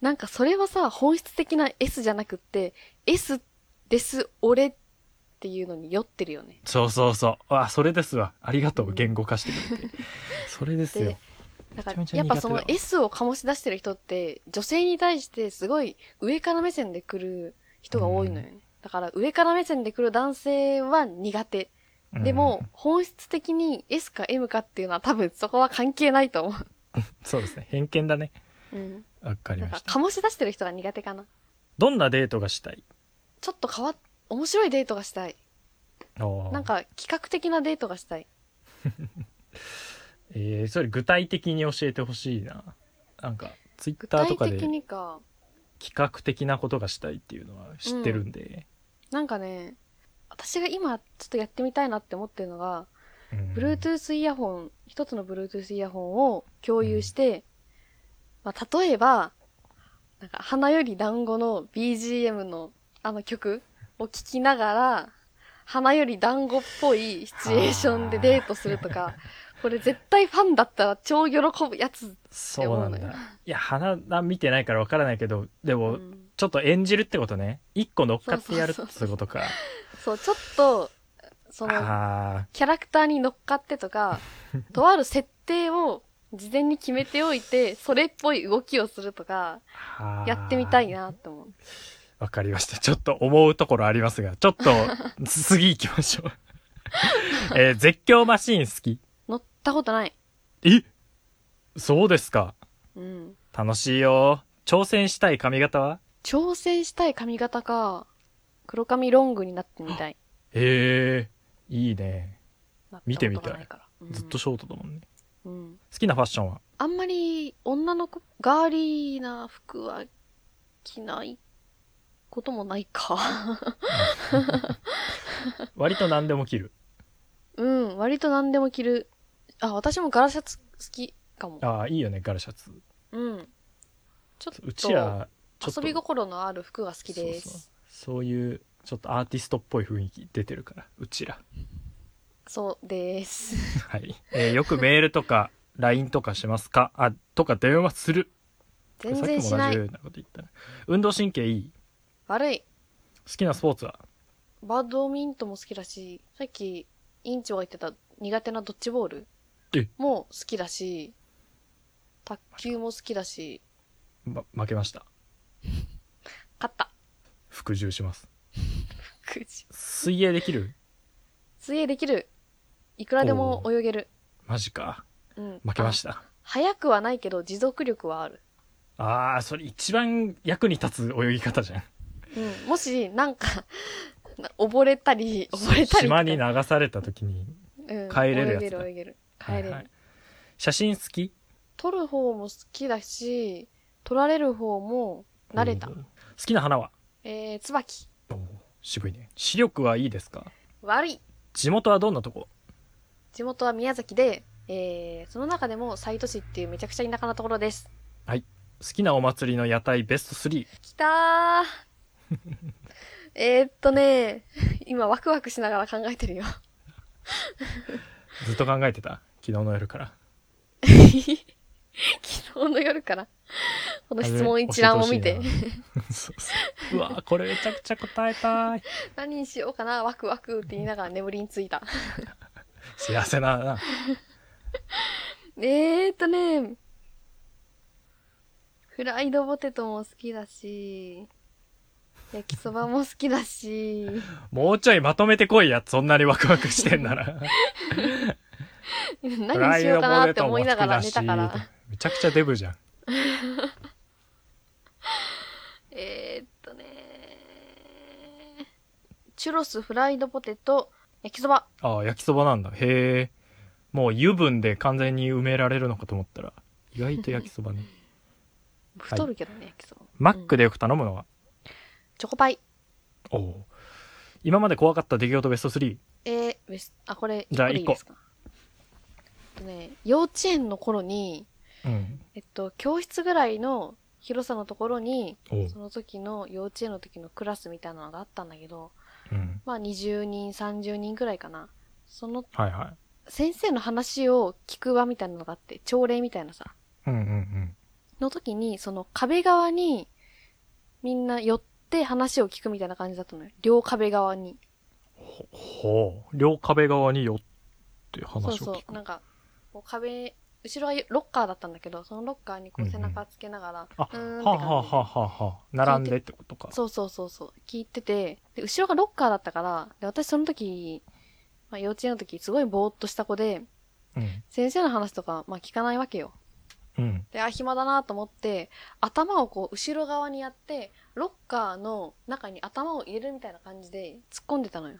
Speaker 2: なんかそれはさ、本質的な S じゃなくって、S です、俺っていうのに酔ってるよね。
Speaker 3: そうそうそう。あ、それですわ。ありがと
Speaker 2: う
Speaker 3: う。
Speaker 2: ん
Speaker 3: 言語化してくれて。それですよ
Speaker 2: で。だから
Speaker 3: めちゃめちゃ苦手
Speaker 2: や
Speaker 3: だ
Speaker 2: っぱその S を醸し出してる人って、女性に対してすごい上から目線で来る人が多いのよね。だから上から目線で来る男性は苦手。
Speaker 3: うん
Speaker 2: でも、、本質的に S か M かっていうのは多分そこは関係ないと思
Speaker 3: そうですね。偏見だね。
Speaker 2: う。うん。
Speaker 3: わかり
Speaker 2: なんか
Speaker 3: ました。
Speaker 2: 醸し出してる人が苦手かな。
Speaker 3: どんなデートがしたい
Speaker 2: ちょっと変わっ、面白いデートがしたい。
Speaker 3: おー
Speaker 2: なんか企画的なデートがしたい。
Speaker 3: えー、それ具体的に教えてほしいな。なんか、ツイッ
Speaker 2: 具
Speaker 3: ター
Speaker 2: 体
Speaker 3: とかで
Speaker 2: 的
Speaker 3: 企
Speaker 2: にか。
Speaker 3: 画的なことがしたいっていうのは知ってるんで。
Speaker 2: なんかね、私が今ちょっとやってみたいなって思ってるのが、
Speaker 3: うん、
Speaker 2: Bluetooth イヤホン、一つの Bluetooth イヤホンを共有して、まあ、例えば、なんか、花より団子の BGM のあの曲を聴きながら、花より団子っぽいシチュエーションでデートするとか、これ絶対ファンだったら超喜ぶやつ。
Speaker 3: そうなんだ。
Speaker 2: って思うのよ
Speaker 3: いや、花見てないからわからないけど、で
Speaker 2: う
Speaker 3: も、
Speaker 2: ん
Speaker 3: ちょっと演じるってことね。一個乗っかってやる
Speaker 2: そう
Speaker 3: ってことか。
Speaker 2: そう、ちょっと、その、
Speaker 3: あ
Speaker 2: キャラクターに乗っかってと か、とある設定を事前に決めておいて、それっぽい動きをするとか、
Speaker 3: あ。
Speaker 2: やってみたい。なって思う。
Speaker 3: わかりました。ちょっと思うところありますが、ち ょっと、次行きましょう。えー絶叫マシーン好き
Speaker 2: 乗ったことない。
Speaker 3: えそうですか。
Speaker 2: うん。
Speaker 3: 楽しいよ。挑戦したい髪型は
Speaker 2: 挑戦したい髪型か、黒髪ロングになってみたい。
Speaker 3: へえ、いいね。
Speaker 2: なったことが
Speaker 3: 見てみたい
Speaker 2: なから。うん
Speaker 3: ずっとショートだもんね。
Speaker 2: うん。
Speaker 3: 好きなファッションは
Speaker 2: あんまり女の子、ガーリーな服は着ないこともないか。
Speaker 3: 割と何でも切る。
Speaker 2: うん、割と何でも着る。あ、私もガラシャツ好きかも。
Speaker 3: ああ、いいよね、ガラシャツ。
Speaker 2: うん。ちょっと、
Speaker 3: うちら、ちょっと
Speaker 2: 遊び心のある服が好きです。
Speaker 3: そうそうそういう、ちょっとアーティストっぽい雰囲気出てるから、うちら。
Speaker 2: そうです。
Speaker 3: はい。 えーよくメールとか、LINE とかしますかあ、とか電話する。
Speaker 2: 全然し
Speaker 3: さっきも
Speaker 2: な
Speaker 3: 同じよ
Speaker 2: い。
Speaker 3: うなこと言ったね。運動神経いい
Speaker 2: 悪い。
Speaker 3: 好きなスポーツは
Speaker 2: バドミントンも好きだし、さっき、委員長が言ってた苦手なドッジボール
Speaker 3: え
Speaker 2: も好きだし、卓球も好きだし、
Speaker 3: ま、負けました。
Speaker 2: 勝った。
Speaker 3: 服従します。
Speaker 2: くじ
Speaker 3: 水泳できる
Speaker 2: 水泳できる。いくらでも泳げる。
Speaker 3: マジか。
Speaker 2: うん。
Speaker 3: 負けまし
Speaker 2: あ。
Speaker 3: た。
Speaker 2: 早くはないけど、持続力はある。
Speaker 3: ああー、それ一番役に立つ泳ぎ方じゃん。
Speaker 2: うん。もし、なんか、 な溺れたり、溺れたり。
Speaker 3: 島に流された時に。
Speaker 2: うん、
Speaker 3: 帰れるやつ
Speaker 2: 泳げ
Speaker 3: だ
Speaker 2: る泳げる。帰
Speaker 3: は
Speaker 2: れ
Speaker 3: い
Speaker 2: る。
Speaker 3: はい。写真好き
Speaker 2: 撮る方も好きだし、撮られる方も慣れた。
Speaker 3: うん好きな花は
Speaker 2: えー、椿。
Speaker 3: おー渋いね。視力はいいですか
Speaker 2: 悪い。
Speaker 3: 地元はどんなとこ
Speaker 2: 地元は宮崎で、えー、その中でも西都市っていうめちゃくちゃ田舎なところです。
Speaker 3: 好きなお祭りの屋台ベスト3。
Speaker 2: きたー。 えーっとね、今ワクワクしながら考えてるよ。
Speaker 3: ずっと考えてた昨日の夜から。
Speaker 2: 昨日の夜から、この質問一覧を見て
Speaker 3: あ、れ。教えほしいなそうそううわーこれめちゃくちゃ答えたい。
Speaker 2: 何にしようかな、ワクワクって言いながら眠りについた。
Speaker 3: 幸せだな。
Speaker 2: えーっとね、フライドポテトも好きだし、焼きそばも好きだ し、
Speaker 3: もうちょいまとめてこいや。そんなにワクワクしてんなら。フ
Speaker 2: 何
Speaker 3: ラ
Speaker 2: に
Speaker 3: イ
Speaker 2: しよ
Speaker 3: ド
Speaker 2: う
Speaker 3: ポ
Speaker 2: かなって
Speaker 3: テトも
Speaker 2: 思
Speaker 3: 好
Speaker 2: い
Speaker 3: き
Speaker 2: ながら
Speaker 3: だ
Speaker 2: 寝
Speaker 3: した
Speaker 2: から。
Speaker 3: めちゃくちゃデブじゃん。
Speaker 2: えーっとね、チュロス、フライドポテト、焼きそば。
Speaker 3: ああ、焼きそばなんだ。へえ。もう油分で完全に埋められるのかと思ったら、意外と焼きそばね。
Speaker 2: 太るけどね、焼きそば。
Speaker 3: マックでよく頼むのは、
Speaker 2: チョコパイ。
Speaker 3: おおう今まで怖かった出来事ベスト3。
Speaker 2: えー、ウェスあ、これ、
Speaker 3: じゃあ
Speaker 2: これいいですかえっとね、幼稚園の頃に、
Speaker 3: うん。
Speaker 2: えっと、教室ぐらいの広さのところに、
Speaker 3: おう
Speaker 2: その時の幼稚園の時のクラスみたいなのがあったんだけど、
Speaker 3: うん。
Speaker 2: まあ20人、30人くらいかな。その
Speaker 3: はいはい。
Speaker 2: 先生の話を聞く場みたいなのがあって、朝礼みたいなさ。
Speaker 3: うんうんうん。
Speaker 2: の時に、その壁側にみんな寄って話を聞くみたいな感じだったのよ。両壁側に。
Speaker 3: ほう。両壁側によって話を
Speaker 2: そう
Speaker 3: 聞く。
Speaker 2: そう。なんか、こう壁、後ろはロッカーだったんだけど、そのロッカーにこ
Speaker 3: うん
Speaker 2: う
Speaker 3: うん
Speaker 2: 背中つけながら、
Speaker 3: あ、は
Speaker 2: うーんって感じ
Speaker 3: あ、はあはあはあはあ、並んでってことか。
Speaker 2: そうそうそうそう。聞いてて、で、後ろがロッカーだったから、で、私その時、まあ、幼稚園の時、すごいぼーっとした子で、
Speaker 3: うん。
Speaker 2: 先生の話とか、まあ、聞かないわけよ。
Speaker 3: うん。
Speaker 2: で、あ、暇だなと思って、頭をこう、後ろ側にやって、ロッカーの中に頭を入れるみたいな感じで突っ込んでたのよ。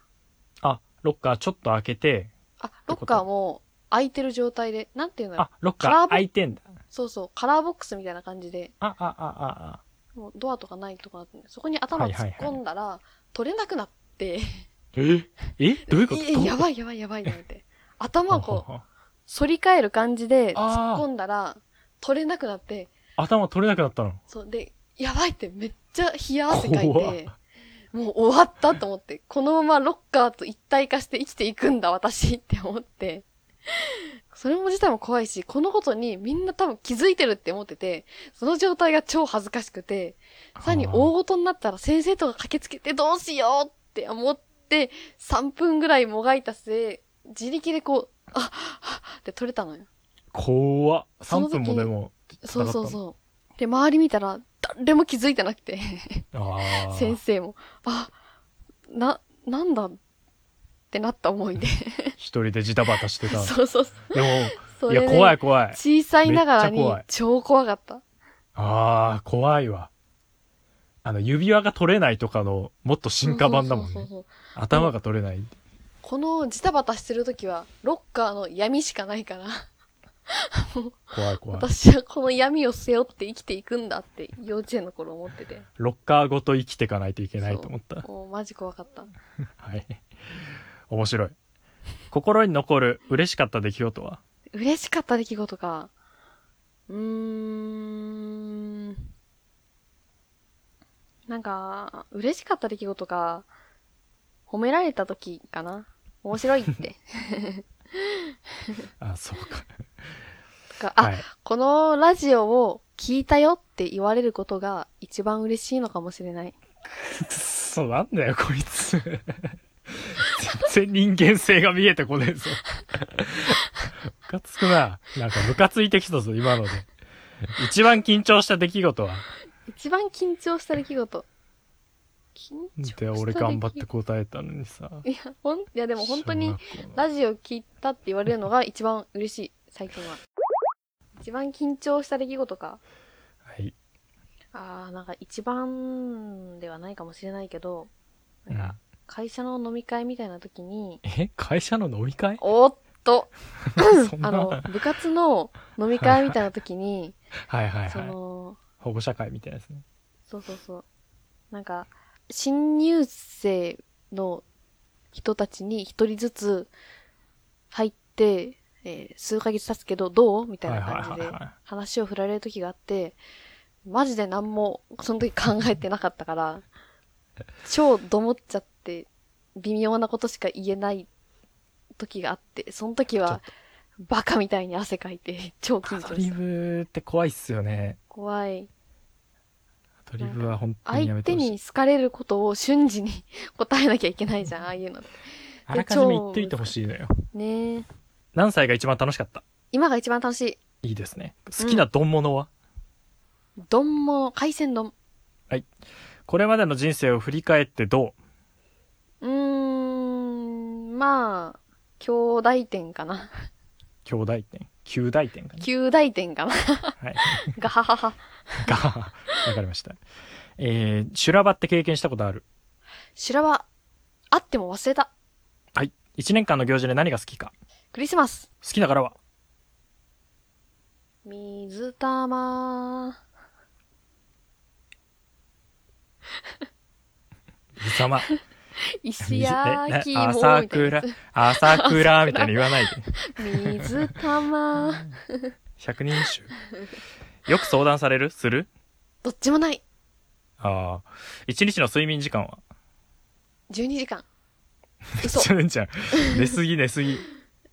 Speaker 3: あ、ロッカーちょっと開けて、
Speaker 2: あ、
Speaker 3: て
Speaker 2: ロ
Speaker 3: こと
Speaker 2: ッカーも開いてる状態で、なんていうのよ
Speaker 3: あ。、ロッ
Speaker 2: カラーボ
Speaker 3: カー開いてんだ。
Speaker 2: そうそう、カラーボックスみたいな感じで、
Speaker 3: あ、あ、あ、あ、あ。
Speaker 2: もうドアとかないとこだったんで、そこに頭突っ込んだら、取れなくなって、
Speaker 3: ええどういうこと
Speaker 2: やばいやばいやばいと思って。頭をこう、
Speaker 3: う。
Speaker 2: 反り返る感じで突
Speaker 3: あー
Speaker 2: っ込んだら、取れなくなって、
Speaker 3: 頭取れなくなったの。
Speaker 2: そう、で、やばいってめっちゃ冷や汗かい、
Speaker 3: 怖って
Speaker 2: もう終わったと思って、このままロッカーと一体化して生きていくんだ私って思って、それも自体も怖いし、このことにみんな多分気づいてるって思ってて、その状態が超恥ずかしくて、さらに大事になったら先生とか駆けつけてどうしようって思って、3分ぐらいもがいた末、自力でこう、あっ、あっって取れたのよ。
Speaker 3: 怖っ。
Speaker 2: そ
Speaker 3: 3
Speaker 2: の時
Speaker 3: 分もでも。
Speaker 2: そうそう
Speaker 3: う。
Speaker 2: そう。で、周り見たら、誰も気づいてなくて、
Speaker 3: ああ。
Speaker 2: 先生も、あ、な、なんだってなった思いで。
Speaker 3: 一人でジタバタしてた。
Speaker 2: そうそうそ
Speaker 3: で
Speaker 2: そ
Speaker 3: も、い
Speaker 2: れ
Speaker 3: や、
Speaker 2: で
Speaker 3: 怖い怖
Speaker 2: う。
Speaker 3: い。
Speaker 2: 小さいながら
Speaker 3: め
Speaker 2: に
Speaker 3: っちゃ怖い、
Speaker 2: 超怖かった。
Speaker 3: ああ、怖いわ。あの、指輪が取れないとかの、もっと進化版だもん
Speaker 2: そうそう
Speaker 3: ね。
Speaker 2: そうそう
Speaker 3: 頭が取れない。
Speaker 2: このジタバタしてる時は、ロッカーの闇しかないから、
Speaker 3: 怖い怖い。
Speaker 2: 私はこの闇を背負って生きていくんだって幼稚園の頃思 ってて。
Speaker 3: ロッカーごと生きていかないといけないと 思った。
Speaker 2: もうマジ怖かった。
Speaker 3: はい。面白い。心に残る嬉しかった出来事は
Speaker 2: 嬉しかった出来事か。うーん。なんか、嬉しかった出来事が、褒められた時かな。面白い って。
Speaker 3: あ、そうか。
Speaker 2: とかあ、
Speaker 3: はい。
Speaker 2: このラジオを聞いたよって言われることが一番嬉しいのかもしれない。
Speaker 3: そうなんだよ、こいつ。全然人間性が見えてこねえぞ。ムカつくな。なんかムカついてきたぞ、今ので。一番緊張した出来事は
Speaker 2: 一番緊張した出来事。緊張した出来
Speaker 3: で、
Speaker 2: 事。
Speaker 3: 俺頑張って答えたのにさ。
Speaker 2: いや、ほん、いやでも本当
Speaker 3: 小
Speaker 2: に
Speaker 3: 学校の
Speaker 2: ラジオ聞いたって言われるのが一番嬉しい、最近は。一番緊張した出来事か。
Speaker 3: はい。
Speaker 2: あー、なんか一番ではないかもしれないけど、
Speaker 3: う
Speaker 2: なん
Speaker 3: ん
Speaker 2: か会社の飲み会みたいな時に、
Speaker 3: え会社の飲 み会
Speaker 2: おーっと、
Speaker 3: そんな
Speaker 2: あの、部活の飲み会みたいな時に、
Speaker 3: はいはい
Speaker 2: そ
Speaker 3: はい。
Speaker 2: の、
Speaker 3: 保護者会みたいなやつね。
Speaker 2: そうそうそう。なんか、新入生の人たちに一人ずつ入って、えー数ヶ月経つけどどうみたいな感じ
Speaker 3: はい
Speaker 2: で
Speaker 3: はいはいはい
Speaker 2: 話を振られる時があって、マジで何もその時考えてなかったから、超どもっちゃって微妙なことしか言えない時があって、その時はバカみたいに汗かいて超緊
Speaker 3: アド
Speaker 2: 張
Speaker 3: リ
Speaker 2: した。
Speaker 3: ブって怖いっすよね。
Speaker 2: 怖い。
Speaker 3: アドリブは本当にや
Speaker 2: 相
Speaker 3: めて
Speaker 2: 手
Speaker 3: ほしい。
Speaker 2: に好かれることを瞬時に 答えなきゃいけないじゃん、ああいうの。
Speaker 3: あらかじめ言っといてほしいのよ。
Speaker 2: ねえ。
Speaker 3: 何歳が一番楽しかった
Speaker 2: 今が一番楽しい。
Speaker 3: いいですね。好きな丼物は、
Speaker 2: 丼も、海鮮丼。
Speaker 3: これまでの人生を振り返ってど
Speaker 2: うーん、まあ、兄弟店かな。
Speaker 3: う兄弟店九大店かな
Speaker 2: 兄弟店かな。
Speaker 3: はい。
Speaker 2: ガハハハ。
Speaker 3: が、わかりました。えー、修羅場って経験したことある
Speaker 2: 修羅場、あっても忘れた。
Speaker 3: はい。一年間の行事で何が好きか
Speaker 2: クリスマス。
Speaker 3: 好きな柄は
Speaker 2: 水玉。
Speaker 3: 水様。
Speaker 2: 石
Speaker 3: 水えな
Speaker 2: 焼き芋みた
Speaker 3: 朝
Speaker 2: いなや
Speaker 3: 倉、 朝倉みたいに言わないで。
Speaker 2: つ。水玉。
Speaker 3: 百人一首。よく相談されるする
Speaker 2: どっちもない。
Speaker 3: ああ。一日の睡眠時間は
Speaker 2: 12時 間。嘘。
Speaker 3: ちゅん ちゃん。寝すぎ寝すぎ。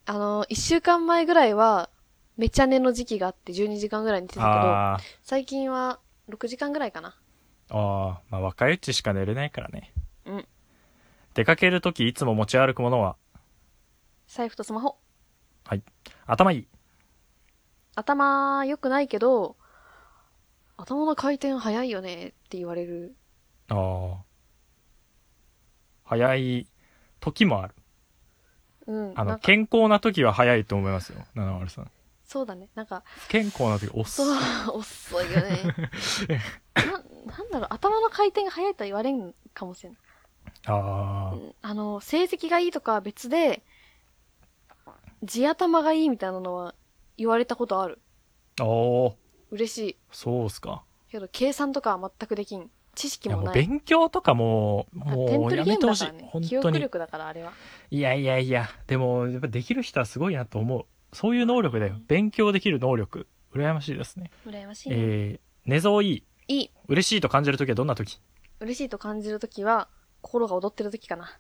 Speaker 2: あの、一週間前ぐらいは、めちゃ寝の時期があって12時間ぐらい寝てたけど、
Speaker 3: ああ。
Speaker 2: 最近は6時間ぐらいかな。
Speaker 3: ああ、まあ若いうちしか寝れないからね。
Speaker 2: うん。
Speaker 3: 出かけるときいつも持ち歩くものは、
Speaker 2: 財布とスマホ。
Speaker 3: 頭いい。
Speaker 2: 頭良くないけど、頭の回転早いよねって言われる。
Speaker 3: ああ。早い時もある。
Speaker 2: うん。な
Speaker 3: あの、
Speaker 2: んか
Speaker 3: 健康な時は早いと思いますよ。七丸さん。
Speaker 2: そうだね。なんか、
Speaker 3: 不健康な時、おっ
Speaker 2: そう、遅いよね。 な、なんだろう、頭の回転が早いとは言われんかもしれない。
Speaker 3: ああ
Speaker 2: う。んあの、成績がいいとかは別で、地頭がいいみたいなのは言われたことある。
Speaker 3: おお
Speaker 2: 嬉しい。
Speaker 3: そうっすか。
Speaker 2: けど計算とかは全くできん。知識
Speaker 3: いや、
Speaker 2: も
Speaker 3: もう
Speaker 2: ない。
Speaker 3: 勉強とかもう、
Speaker 2: あ
Speaker 3: もうやめてほしい。本
Speaker 2: 記
Speaker 3: 当
Speaker 2: 憶
Speaker 3: に。
Speaker 2: 力だからあれは。
Speaker 3: いやいやいや、でも、やっぱできる人はすごいなと思う。そういう能力だよ。勉強できる能力。羨ましいですね。
Speaker 2: 羨ましいね、
Speaker 3: えー、寝相いい。
Speaker 2: いい。
Speaker 3: 嬉しいと感じるときはどんなとき
Speaker 2: 嬉しいと感じるときは、心が踊ってるときか な。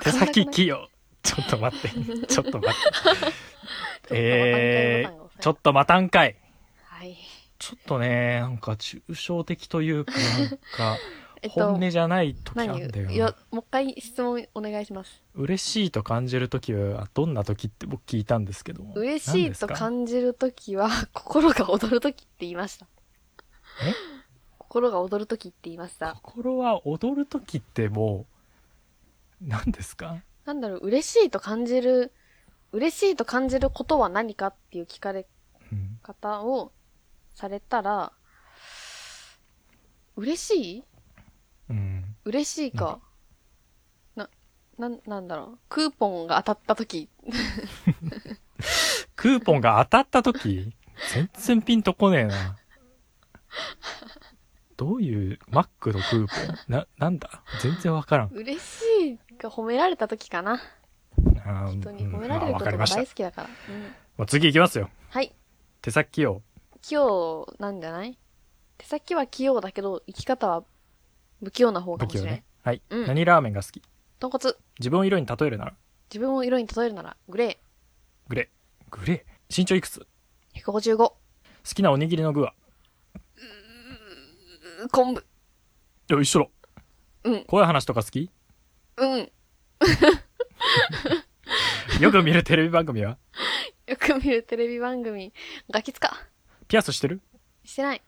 Speaker 3: 手先
Speaker 2: き
Speaker 3: 器用。ちょっと待 って。ちょっと待って。えー、ちょ
Speaker 2: っと。
Speaker 3: っと待たんかい。
Speaker 2: はい。
Speaker 3: ちょっとね、なんか抽象的というか、なん か、
Speaker 2: えっ
Speaker 3: 本
Speaker 2: と、
Speaker 3: 音じゃない時な
Speaker 2: 何
Speaker 3: んだよ
Speaker 2: い
Speaker 3: な
Speaker 2: や。、もう一回質問お願いします。
Speaker 3: 嬉しいと感じるときは、どんなときって僕聞いたんですけども。
Speaker 2: 嬉し
Speaker 3: 何
Speaker 2: い
Speaker 3: です
Speaker 2: と
Speaker 3: か
Speaker 2: 感じるときは、 心が踊るときって言いました
Speaker 3: え。
Speaker 2: 心が踊るときって言いました。
Speaker 3: 心は踊るときってもう、何ですか
Speaker 2: なんだろう、嬉しいと感じる、嬉しいと感じることは何かっていう聞かれ
Speaker 3: うん
Speaker 2: 方をされたら、嬉しい
Speaker 3: うん。
Speaker 2: 嬉しいか。な、なん、なんだろう。クーポンが当たった時。
Speaker 3: クーポンが当たった時、全然ピンとこねえな。どういう、マックのクーポンな、なんだ全然わからん。
Speaker 2: 嬉しいが褒められた時かな。
Speaker 3: あー
Speaker 2: 人に
Speaker 3: うん
Speaker 2: 褒められ
Speaker 3: あ
Speaker 2: る
Speaker 3: わ
Speaker 2: こ
Speaker 3: かり
Speaker 2: と
Speaker 3: ま
Speaker 2: が
Speaker 3: した
Speaker 2: 大。好きだから。うん
Speaker 3: もう次行きますよ。
Speaker 2: はい。
Speaker 3: 手先器用。
Speaker 2: 器用なんじゃない手先は器用だけど、生き方は不器用な方か
Speaker 3: 不
Speaker 2: も
Speaker 3: 器
Speaker 2: しれ
Speaker 3: 用
Speaker 2: ない
Speaker 3: ね。。はい、
Speaker 2: うん
Speaker 3: 何ラーメンが好き
Speaker 2: 豚骨。
Speaker 3: 自分を色に例えるなら、
Speaker 2: 自分を色に例えるなら、グレ
Speaker 3: グレー。グレー身長いくつ好
Speaker 2: ー。155。
Speaker 3: きなおにぎりの具は
Speaker 2: 昆布。
Speaker 3: いや、一緒だ。
Speaker 2: うん。
Speaker 3: 怖い話とか好き
Speaker 2: うん。
Speaker 3: よく見るテレビ番組は
Speaker 2: よく見るテレビ番組。ガキ使
Speaker 3: ピアスしてる
Speaker 2: してない。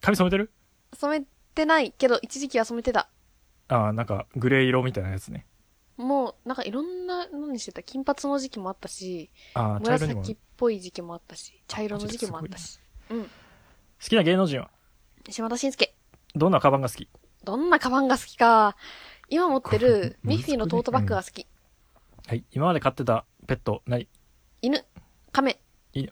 Speaker 3: 髪染めてる
Speaker 2: 染めてないけど、一時期は染めてた。
Speaker 3: ああ、なんか、グレー色みたいなやつね。
Speaker 2: もう、なんかいろんなのにしてた。金髪の時期もあったし、
Speaker 3: ああ、茶色にも。
Speaker 2: 紫
Speaker 3: 好
Speaker 2: っぽい時期もあったし、茶色の時期もあったし。うん。
Speaker 3: きな芸能人は
Speaker 2: 島田紳介。
Speaker 3: どんなカバンが好き
Speaker 2: どんなカバンが好きか。今持ってる
Speaker 3: これ
Speaker 2: ミッフィーのトートバッグが好き。
Speaker 3: はい。今まで飼ってたペット、何
Speaker 2: 犬、亀、
Speaker 3: いいよ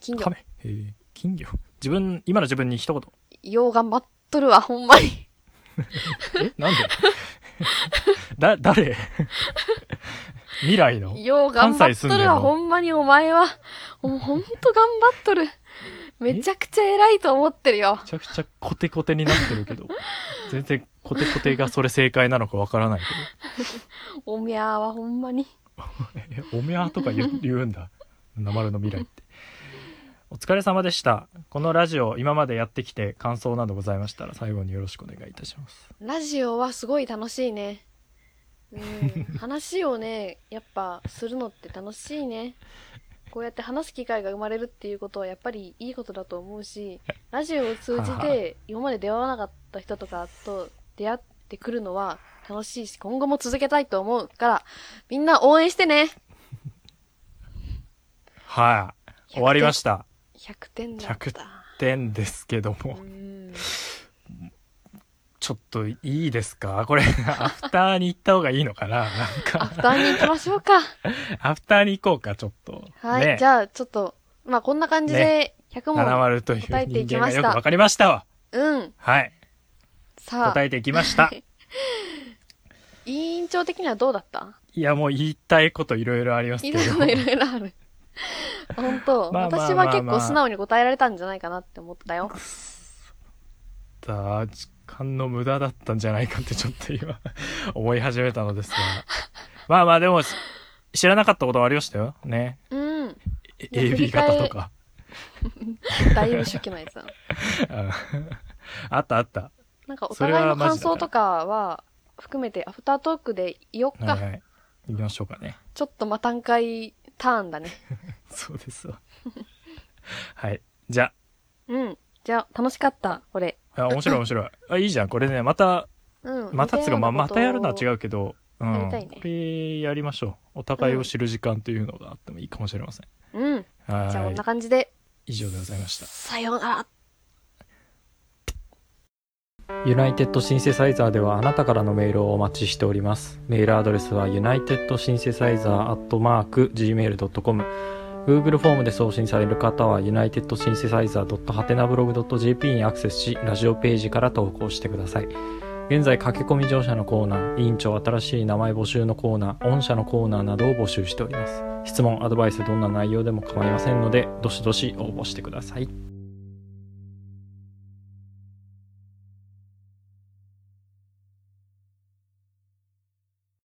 Speaker 2: 金魚
Speaker 3: カ。メへえ金魚。自分、今の自分に一言。
Speaker 2: よう頑張っとるわ、ほんまに。
Speaker 3: えなんで だ、誰未来の
Speaker 2: よう頑張っと
Speaker 3: 関西住ん
Speaker 2: る
Speaker 3: でんの
Speaker 2: わ、ほんまにお前は。ほほんと頑張っとる。めちゃくちゃ偉いと思ってるよ
Speaker 3: め。ちゃくちゃコテコテになってるけど、全然コテコテがそれ正解なのかわからない
Speaker 2: おみゃーはほんまに。
Speaker 3: け ど。えおめあとか言う言うんだ。なまるの未来って。お疲れ様でした。このラジオ、今までやってきて感想などございましたら、最後によろしくお願いいたします。
Speaker 2: ラジオはすごい楽しいね。 うん、話をね、やっぱするのって楽しいね。こうやって話す機会が生まれるっていうことはやっぱりいいことだと思うし、ラジオを通じて今まで出会わなかった人とかと出会ってくるのは楽しいし、今後も続けたいと思うから、みんな応援してね
Speaker 3: はい、終わりました。
Speaker 2: !100 点だった。
Speaker 3: 点ですけども
Speaker 2: う、ん。
Speaker 3: ちょっといいですかこれ、アフターに行った方がいいのかななん
Speaker 2: ア
Speaker 3: か、
Speaker 2: フターに行きましょうか。
Speaker 3: アフターに行こうか、ちょっと。
Speaker 2: はい、
Speaker 3: ね
Speaker 2: じゃあちょっと、まあこんな感じで100問。
Speaker 3: 七丸という人
Speaker 2: 答えていき
Speaker 3: 間
Speaker 2: ま
Speaker 3: が
Speaker 2: した
Speaker 3: よくわかりましたわ。
Speaker 2: うん。
Speaker 3: はい。
Speaker 2: さあ。
Speaker 3: 答えていきました。
Speaker 2: 委員長的にはどうだった
Speaker 3: いや、もう言いたいこといろいろありますけ
Speaker 2: い
Speaker 3: ど
Speaker 2: ろ。いろいろいろあ る。本当、
Speaker 3: まあまあ
Speaker 2: 私は結構素直に答えられたんじゃないかなって思ったよ。
Speaker 3: だ時間の無駄だったんじゃないかってちょっと今 思い始めたのですが。まあまあでも、し知らなかったことはありましたよ。ね。
Speaker 2: うん。
Speaker 3: え
Speaker 2: いや振
Speaker 3: AB
Speaker 2: り返
Speaker 3: 型とか。
Speaker 2: だいぶ初期のや つだ。
Speaker 3: あったあった。
Speaker 2: なんかお
Speaker 3: それ
Speaker 2: 互い
Speaker 3: は
Speaker 2: の
Speaker 3: マジ
Speaker 2: 感想と
Speaker 3: だから
Speaker 2: かは含めてアフタートークで言おっか。
Speaker 3: はいはい。行きましょうかね。
Speaker 2: ちょっとまたんかいターンだね。
Speaker 3: そうですわ。はい。じゃ
Speaker 2: うん。じゃあ、楽しかった、これ。
Speaker 3: あ、あ面白い面白い。あ、いいじゃん。これね、また、
Speaker 2: うん。
Speaker 3: またつうか、まあ、またやるのは違
Speaker 2: う。
Speaker 3: うけど、うん。
Speaker 2: やりたいね
Speaker 3: これやりましょう。お互いを知る時間というのがあってもいいかもしれません。
Speaker 2: うん。
Speaker 3: は
Speaker 2: じゃあ、こん
Speaker 3: い
Speaker 2: な。感じで、
Speaker 3: 以上でございました。
Speaker 2: さようなら。
Speaker 3: ユナイテッドシンセサイザーではあなたからのメールをお待ちしております。メールアドレスは unitedsynthesizer.gmail.com Google フォームで送信される方は unitedsynthesizer.hatenablog.jp にアクセスし、ラジオページから投稿してください。現在、駆け込み乗車のコーナー、委員長新しい名前募集のコーナー、御社のコーナーなどを募集しております。質問、アドバイス、どんな内容でも構いませんので、どしどし応募してください。